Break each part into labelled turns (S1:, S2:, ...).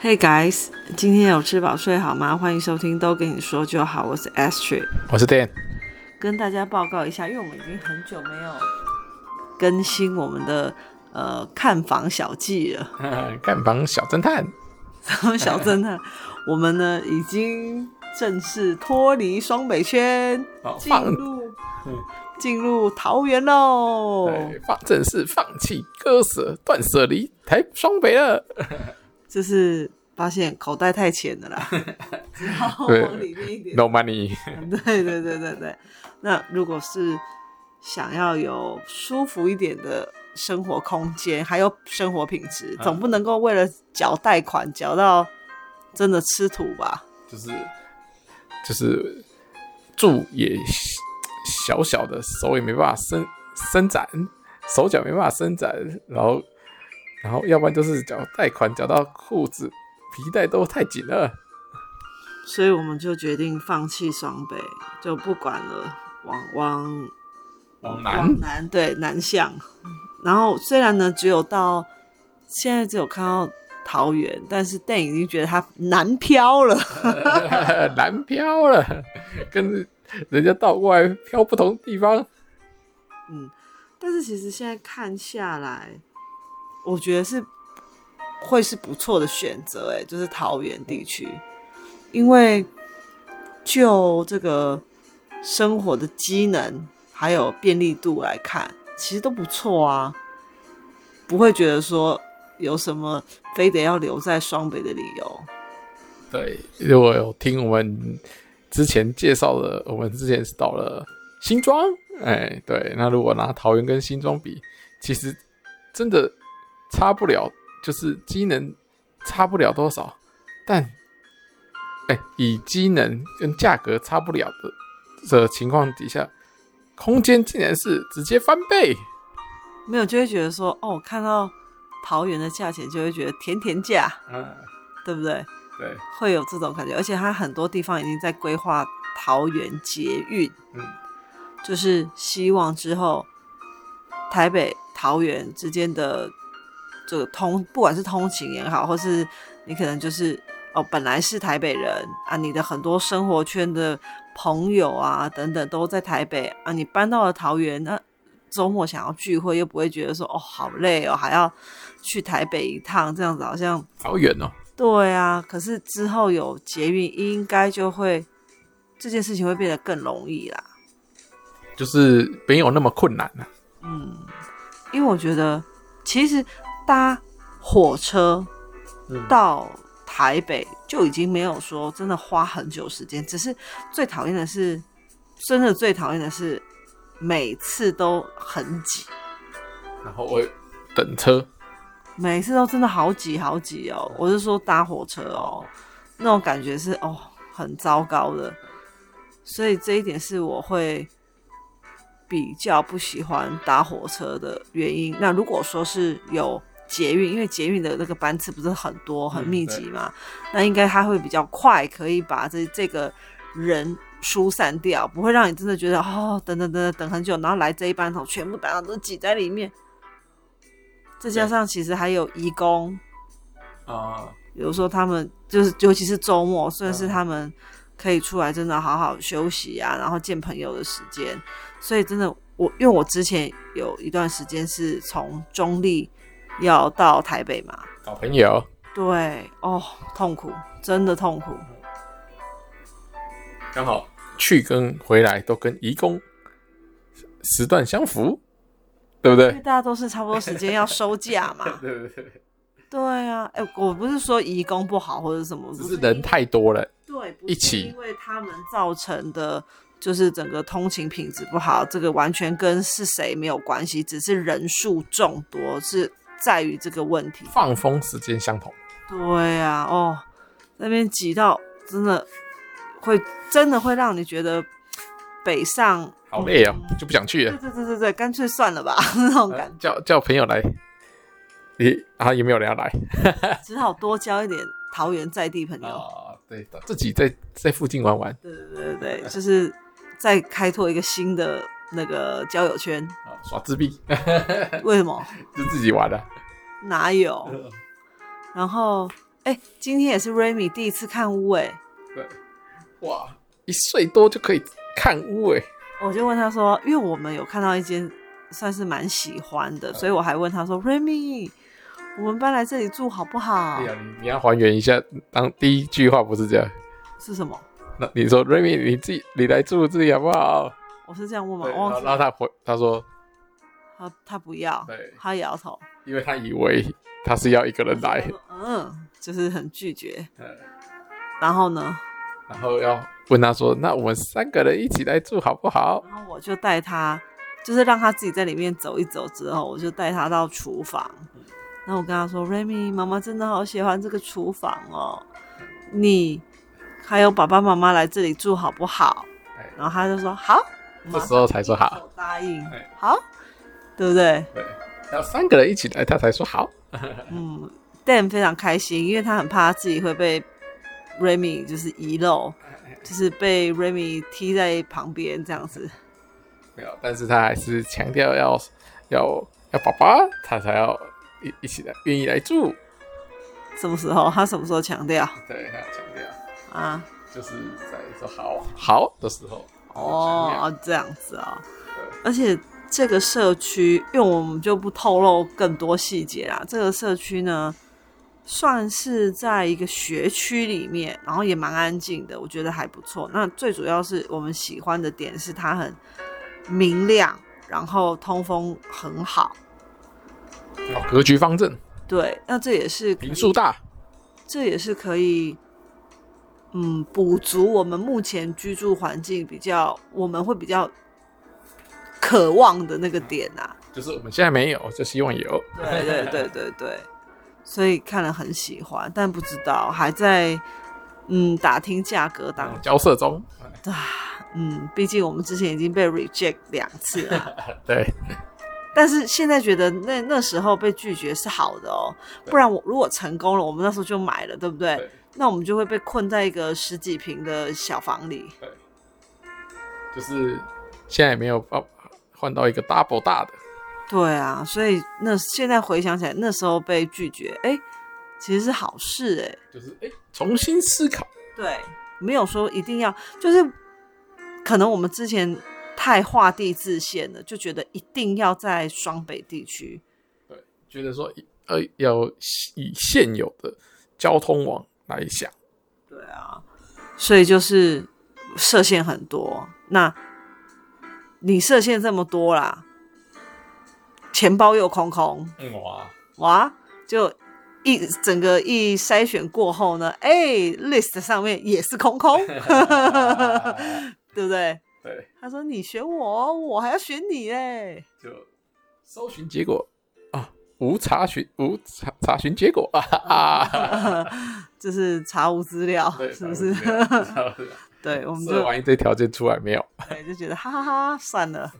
S1: Hey guys，今天有吃饱睡好吗？欢迎收听《都跟你说就好》，我是 Astrid，
S2: 我是 Dan，
S1: 跟大家报告一下，因为我们已经很久没有更新我们的呃看房小记了。
S2: 干房小侦探，
S1: 然后小侦探，我们呢已经正式脱离双北圈，
S2: 哦
S1: 进
S2: 放
S1: 入进入桃园喽。
S2: 对，放正式放弃割舍断舍离，台双北了。
S1: 就是发现口袋太浅了 啦，只好
S2: 对
S1: 往里面一点
S2: No money，
S1: 对对对对对。那如果是想要有舒服一点的生活空间，还有生活品质，
S2: 嗯
S1: 总不能够为了缴贷款缴到真的吃土吧？
S2: 就是就是住也小小的，手也没办法伸伸展，手脚没办法伸展，然后然后要不然就是缴贷款缴到裤子皮带都太紧了。
S1: 所以我们就决定放弃双北，就不管了，往往
S2: 往
S1: 往南对南向。然后虽然呢，只有到现在只有看到桃园，但是电影已经觉得它南漂了。
S2: 南漂了，跟人家倒过来漂不同地方。
S1: 但是其实现在看下来，我觉得是会是不错的选择，哎，就是桃园地区，因为就这个生活的机能还有便利度来看，其实都不错啊，不会觉得说有什么非得要留在双北的理由。
S2: 对，如果有听我们之前介绍的，我们之前是到了新庄，哎，对，那如果拿桃园跟新庄比，其实真的差不了，就是机能差不了多少，但哎，以机能跟价格差不了的的情况底下，空间竟然是直接翻倍，
S1: 没有，就会觉得说，哦，看到桃园的价钱，就会觉得甜甜价，
S2: 嗯，
S1: 对不对？
S2: 对，
S1: 会有这种感觉，而且它很多地方已经在规划桃园捷运，
S2: 嗯。
S1: 就是希望之后台北、桃园之间的这个通，不管是通勤也好，或是你可能就是哦，本来是台北人啊，你的很多生活圈的朋友啊等等都在台北啊，你搬到了桃园，那周末想要聚会又不会觉得说哦好累哦，还要去台北一趟，这样子好像
S2: 好远哦，
S1: 对啊，可是之后有捷运，应该就会这件事情会变得更容易啦。
S2: 就是没有那么困难了、啊
S1: 因为我觉得，其实搭火车
S2: 嗯
S1: 到台北就已经没有说真的花很久时间，只是最讨厌的是，真的最讨厌的是每次都很挤，
S2: 然后我等车，
S1: 每次都真的好挤好挤哦。我是说搭火车哦，那种感觉是哦很糟糕的，所以这一点是我会比较不喜欢搭火车的原因。那如果说是有捷运，因为捷运的那个班次不是很多很密集嘛，那应该它会比较快，可以把这这个人。疏散掉，不会让你真的觉得哦，等等等等等很久，然后来这一班头全部大家都挤在里面。再加
S2: 对
S1: 上其实还有义工，
S2: 啊，
S1: 比如说他们就是，尤其是周
S2: 嗯
S1: 末，算是他们可以出来真的好好休息啊，然后见朋友的时间。所以真的，我因为我之前有一段时间是从中立要到台北嘛，
S2: 搞朋友，
S1: 对，哦，痛苦，真的痛苦。
S2: 刚好去跟回来都跟移工时段相符，对不
S1: 因为
S2: 对？，
S1: 大家都是差不多时间要收假嘛
S2: 对对对，
S1: 对啊，哎、我不是说移工不好或者什么，
S2: 只
S1: 不
S2: 是
S1: 因
S2: 人
S1: 为
S2: 太多了，
S1: 对，不
S2: 一
S1: 是
S2: 起
S1: 因为他们造成的，就是整个通勤品质不好，这个完全跟是谁没有关系，只是人数众多是在于这个问题。
S2: 放风时间相同，
S1: 对呀、哦，那边挤到真的会真的会让你觉得北上，
S2: 好累哦，就不想去
S1: 对
S2: 了，啊
S1: 对对对对，干脆算了吧 那种 感觉，
S2: 叫叫朋友来，也啊也没有人要来
S1: 只好多交一点桃园在地朋友。
S2: 啊，对，自己在在附近玩玩，
S1: 对对对对，就是再开拓一个新的那个交友圈。
S2: 啊耍自闭，
S1: 为什么？
S2: 就自己玩了，啊嗯
S1: 哪有？然后，哎、哎、今天也是 Remy 第一次看屋哎、
S2: 哇，一岁多就可以看屋哎、
S1: 我就问他说，因为我们有看到一间算是蛮喜欢
S2: 嗯
S1: 的，所以我还问他说，Remy，我们搬来这里住好不好
S2: 哎？呀，你你要还原一下，当第一句话不是这样。
S1: 是什么？
S2: 那你说，Remy，你自己你来住这里好不好？
S1: 我是这样问吗？
S2: 对，
S1: 我
S2: 然后
S1: 忘记
S2: 然后
S1: 了。
S2: 他回他说，
S1: 他他不要
S2: 对，
S1: 他摇头。
S2: 因为他以为他是要一个人来
S1: 他，说嗯，就是很拒绝。
S2: 嗯
S1: 然后呢，
S2: 然后要问他说，那我们三个人一起来住好不好？
S1: 然后我就带他，就是让他自己在里面走一走之后，我就带他到厨房。那我跟他说，Remy，妈妈真的好喜欢这个厨房哦，你还有爸爸妈妈来这里住好不好
S2: 哎？
S1: 然后他就说好，
S2: 这时候才说
S1: 马上
S2: 好，
S1: 手答应
S2: 哎，
S1: 好，对不对？
S2: 对，要三个人一起来，他才说好。
S1: 嗯，Dan 非常开心，因为他很怕自己会被 Remy 就是遗漏，
S2: 哎
S1: 就是被 Remy 踢在旁边这样子。
S2: 没有，但是他还是强调要要要爸爸，他才要一一起来愿意来住。
S1: 什么时候？他什么时候强调
S2: 对，他要强调，
S1: 啊？
S2: 就是在说好好的时候。
S1: 哦，这样子哦
S2: 对。
S1: 而且这个社区，因为我们就不透露更多细节啦。这个社区呢，算是在一个学区里面，然后也蛮安静的，我觉得还不错。那最主要是我们喜欢的点是它很明亮，然后通风很好。
S2: 哦格局方正，
S1: 对，那这也是
S2: 平数大，
S1: 这也是可以，嗯，补足我们目前居住环境比较，我们会比较渴望的那个点啊。
S2: 就是我们现在没有，就希望有。
S1: 对对对对对，所以看了很喜欢，但不知道还在嗯打听价格当中。
S2: 交涉中，
S1: 嗯，毕竟我们之前已经被 reject 两次了，
S2: 对，
S1: 但是现在觉得那那时候被拒绝是好的哦，不然我如果成功了，我们那时候就买了，对不对？
S2: 对
S1: 那我们就会被困在一个十几平的小房里。
S2: 就是现在也没有办法换到一个 double 大的，
S1: 对啊，所以那现在回想起来，那时候被拒绝，哎、其实是好事哎、
S2: 就是哎、诶重新思考，
S1: 对，没有说一定要，就是可能我们之前太画地自限了，就觉得一定要在双北地区。
S2: 对，觉得说呃要以现有的交通网来想，
S1: 对啊，所以就是设限很多。那你设限这么多啦，钱包又空空，
S2: 嗯哇，
S1: 哇，就一整个一筛选过后呢，哎、l i s t 上面也是空空，对不对？
S2: 对，
S1: 他说你选我，我还要选你 嘞。
S2: 就搜寻结果啊，无查询无查查询结果 啊啊，
S1: 就是查无资料，是不是？ 对，我们
S2: 设
S1: 就
S2: 完一堆条件出来没有？
S1: 对就觉得哈哈哈，算了。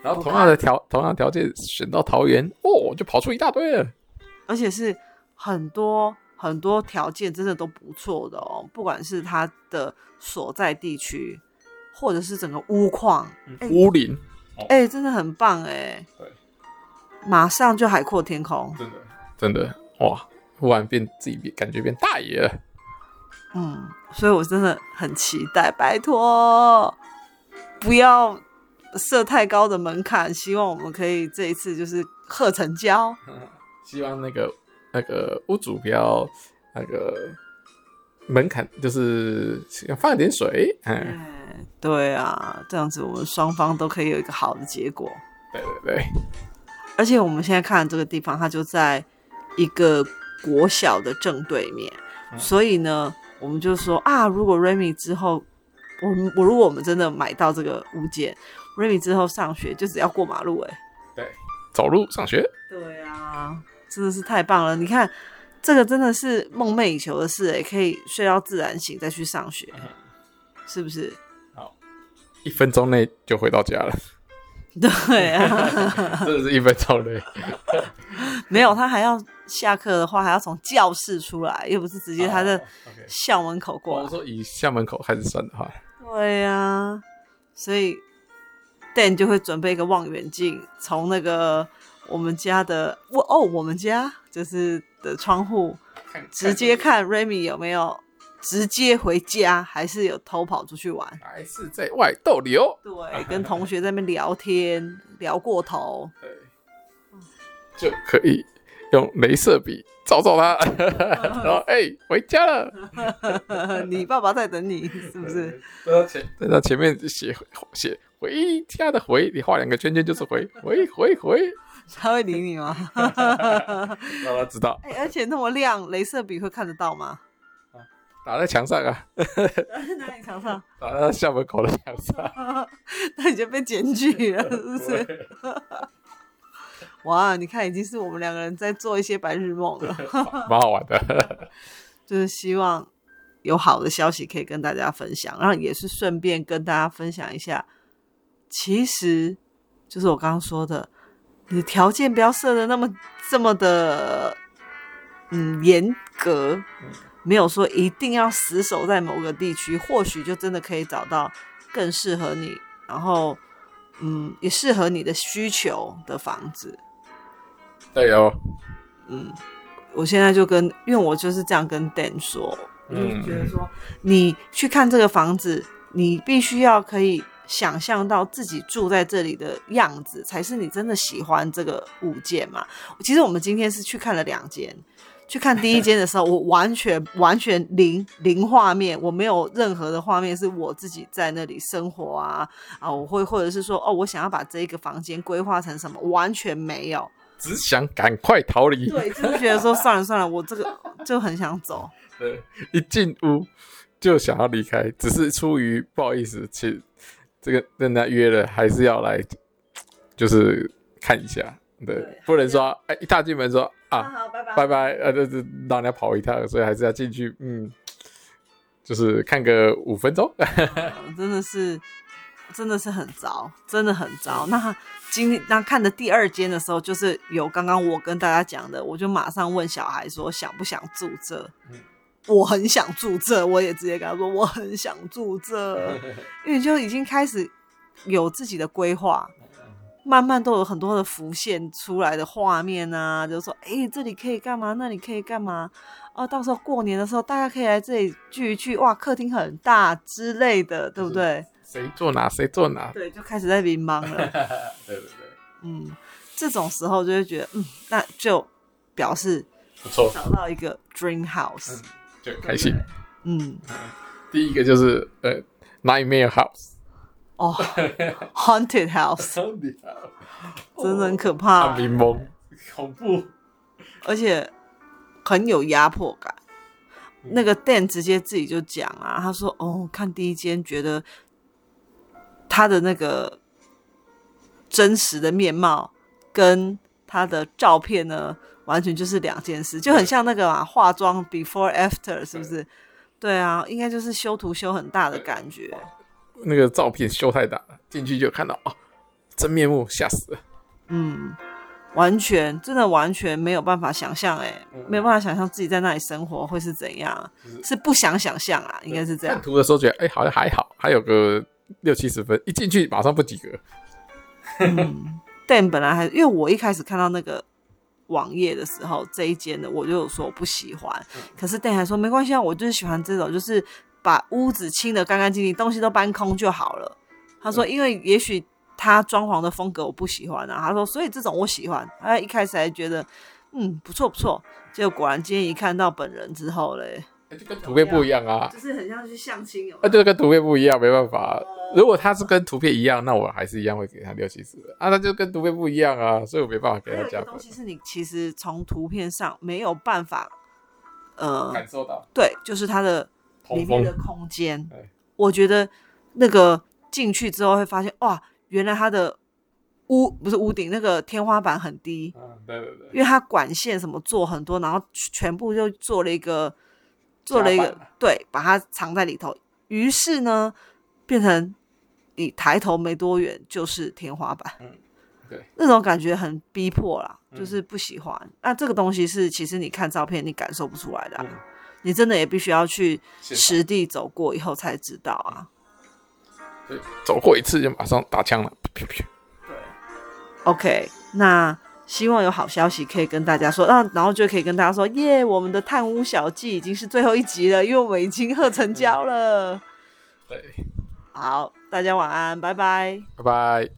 S2: 然后同样的条同样的条件选到桃园，哦，就跑出一大堆了。
S1: 而且是很多很多条件真的都不错的哦，不管是它的所在地区，或者是整个屋况，
S2: 乌林，
S1: 哎、真的很棒哎、
S2: 对，
S1: 马上就海阔天空。
S2: 真的真的哇，忽然变自己变感觉变大爷了。
S1: 嗯，所以我真的很期待，拜托不要设太高的门槛，希望我们可以这一次就是贺成交。
S2: 希望那个那个屋主不要那个门槛，就是放点水。嗯，
S1: 哎对啊，这样子我们双方都可以有一个好的结果。
S2: 对对对，
S1: 而且我们现在看的这个地方，它就在一个国小的正对面，所以呢，我们就说啊，如果 Remy 之后，我们我如果我们真的买到这个物件，Remy 之后上学就只要过马路、欸，哎，
S2: 走路上学，
S1: 对啊，真的是太棒了！你看，这个真的是梦寐以求的事、欸，哎，可以睡到自然醒再去上学，是不是？
S2: 一分钟内就回到家了，
S1: 对啊，
S2: 真的是一分钟内。
S1: 没有他还要下课的话，还要从教室出来，又不是直接他在
S2: 哦，OK 哦
S1: 校门口过
S2: 我
S1: 来。
S2: 说以校门口开始算的话，
S1: 对呀、啊，所以 Dan 就会准备一个望远镜，从那个我们家的我哦，我们家就是的窗户
S2: 看
S1: 直接看 Remy 有没有直接回家，还是有偷跑出去玩。
S2: 还是在外逗留。
S1: 对，跟同学在那边聊天，聊过头，
S2: 对，就可以用镭射笔照照他， 然
S1: 嗯
S2: 后哎、回家了，
S1: 你爸爸在等你，是不是？
S2: 对？前在他前面写写回家的回，你画两个圈圈就是回 回回回，
S1: 他会理你吗？
S2: 让他知道
S1: 哎、而且那么亮，镭射笔会看得到吗？
S2: 打在墙上啊，
S1: 那你墙上，
S2: 打在他校门口的墙上。
S1: 那已经被检举了，是不是？哇，你看，已经是我们两个人在做一些白日梦了。
S2: 蛮好玩的。
S1: 就是希望有好的消息可以跟大家分享，然后也是顺便跟大家分享一下，其实就是我刚刚说的，你的条件不要设的那么这么的嗯严格，没有说一定要死守在某个地区，或许就真的可以找到更适合你，然后嗯也适合你的需求的房子。
S2: 加油！
S1: 我现在就跟，因为我就是这样跟 Dan 说，我就
S2: 嗯
S1: 觉得说，你去看这个房子，你必须要可以想象到自己住在这里的样子，才是你真的喜欢这个物件嘛。其实我们今天是去看了两间，去看第一间的时候，我完全完全零零画面，我没有任何的画面是我自己在那里生活啊啊，我会或者是说哦，我想要把这一个房间规划成什么，完全没有。
S2: 只想赶快逃 离。
S1: 对，就是觉得说算了算了，我这个就很想走。
S2: 对，一进屋就想要离开，只是出于不好意思，其实这个跟他约了，还是要来，就是看一下。对，
S1: 对
S2: 不能说哎，一踏进门说啊，
S1: 好，拜拜
S2: 拜拜，呃、这这让人家跑一趟，所以还是要进去，嗯，就是看个五分钟。
S1: 嗯真的是，真的是很糟，真的很糟。那今那看的第二间的时候，就是有刚刚我跟大家讲的，我就马上问小孩说想不想住这
S2: 嗯。
S1: 我很想住这，我也直接跟他说我很想住这， 因为就已经开始有自己的规划，
S2: 嗯
S1: 慢慢都有很多的浮现出来的画面啊，就说哎、这里可以干嘛，那里可以干嘛，哦，到时候过年的时候大家可以来这里聚一聚，哇，客厅很大之类的，对不对？
S2: 谁坐哪？谁坐哪？
S1: 对，就开始在民茫了。
S2: 对对对，
S1: 嗯，这种时候就会觉得，嗯，那就表示
S2: 不错，
S1: 找到一个 dream house，
S2: 就很开心。
S1: 嗯，
S2: 第一个就是呃，Nightmare House，
S1: 哦 ，haunted house
S2: 真的，
S1: 真 的很可
S2: 大
S1: 怕，
S2: 柠檬，恐怖。
S1: 而且很有压迫感。那个 Dan 直接自己就讲啊，他说：“哦，看第一间觉得他的那个真实的面貌跟他的照片呢，完全就是两件事，就很像那个嘛化妆 before after，是不是？对啊，应该就是修图修很大的感觉。
S2: 那个照片修太大了，进去就看到哦，真面目，吓死了。
S1: 嗯，完全真的完全没有办法想象，哎，没有办法想象自己在那里生活会是怎样，是不想想象啊，应该是这样
S2: 看。图的时候觉得，哎、好像还好，还有个六七十分，一进去马上不及格。
S1: 嗯 Dan 本来还因为我一开始看到那个网页的时候，这一间的我就有说我不喜欢，
S2: 嗯
S1: 可是 Dan 还说没关系啊，我就是喜欢这种，就是把屋子清的干干净净，东西都搬空就好了。他
S2: 嗯
S1: 说，因为也许他装潢的风格我不喜欢啊，他说，所以这种我喜欢。他一开始还觉得嗯不错不错，结果果然今天一看到本人之后嘞，
S2: 哎就跟图片不一样啊，
S1: 就是很像去相亲有
S2: 那、就啊跟图片不一样，没办法。如果他是跟图片一样，那我还是一样会给他六七十分啊，那就跟图片不一样啊，所以我没办法给
S1: 还
S2: 他
S1: 有一
S2: 加
S1: 个
S2: 分
S1: 东。西是你其实从图片上没有办法，呃，
S2: 感受到
S1: 对，就是它的里面
S2: 通风
S1: 的空间
S2: 对。
S1: 我觉得那个进去之后会发现，哇，原来它的屋不是屋顶，那个天花板很低，
S2: 嗯，对对对，
S1: 因为它管线什么做很多，然后全部就做了一个做了一
S2: 夹
S1: 个
S2: 板
S1: 对，把它藏在里头。于是呢，变成你抬头没多远就是天花板，
S2: 嗯对，
S1: 那种感觉很逼迫啦，
S2: 嗯
S1: 就是不喜欢。那这个东西是其实你看照片你感受不出来的啊、
S2: 嗯
S1: 你真的也必须要去
S2: 现场
S1: 实地走过以后才知道啊。
S2: 对走过一次就马上打枪了，噗噗噗
S1: OK，那希望有好消息可以跟大家说，那然后就可以跟大家说，耶，我们的探屋小记已经是最后一集了，因为我们已经贺成交了。
S2: 对，
S1: 好，大家晚安，拜拜。
S2: 拜拜。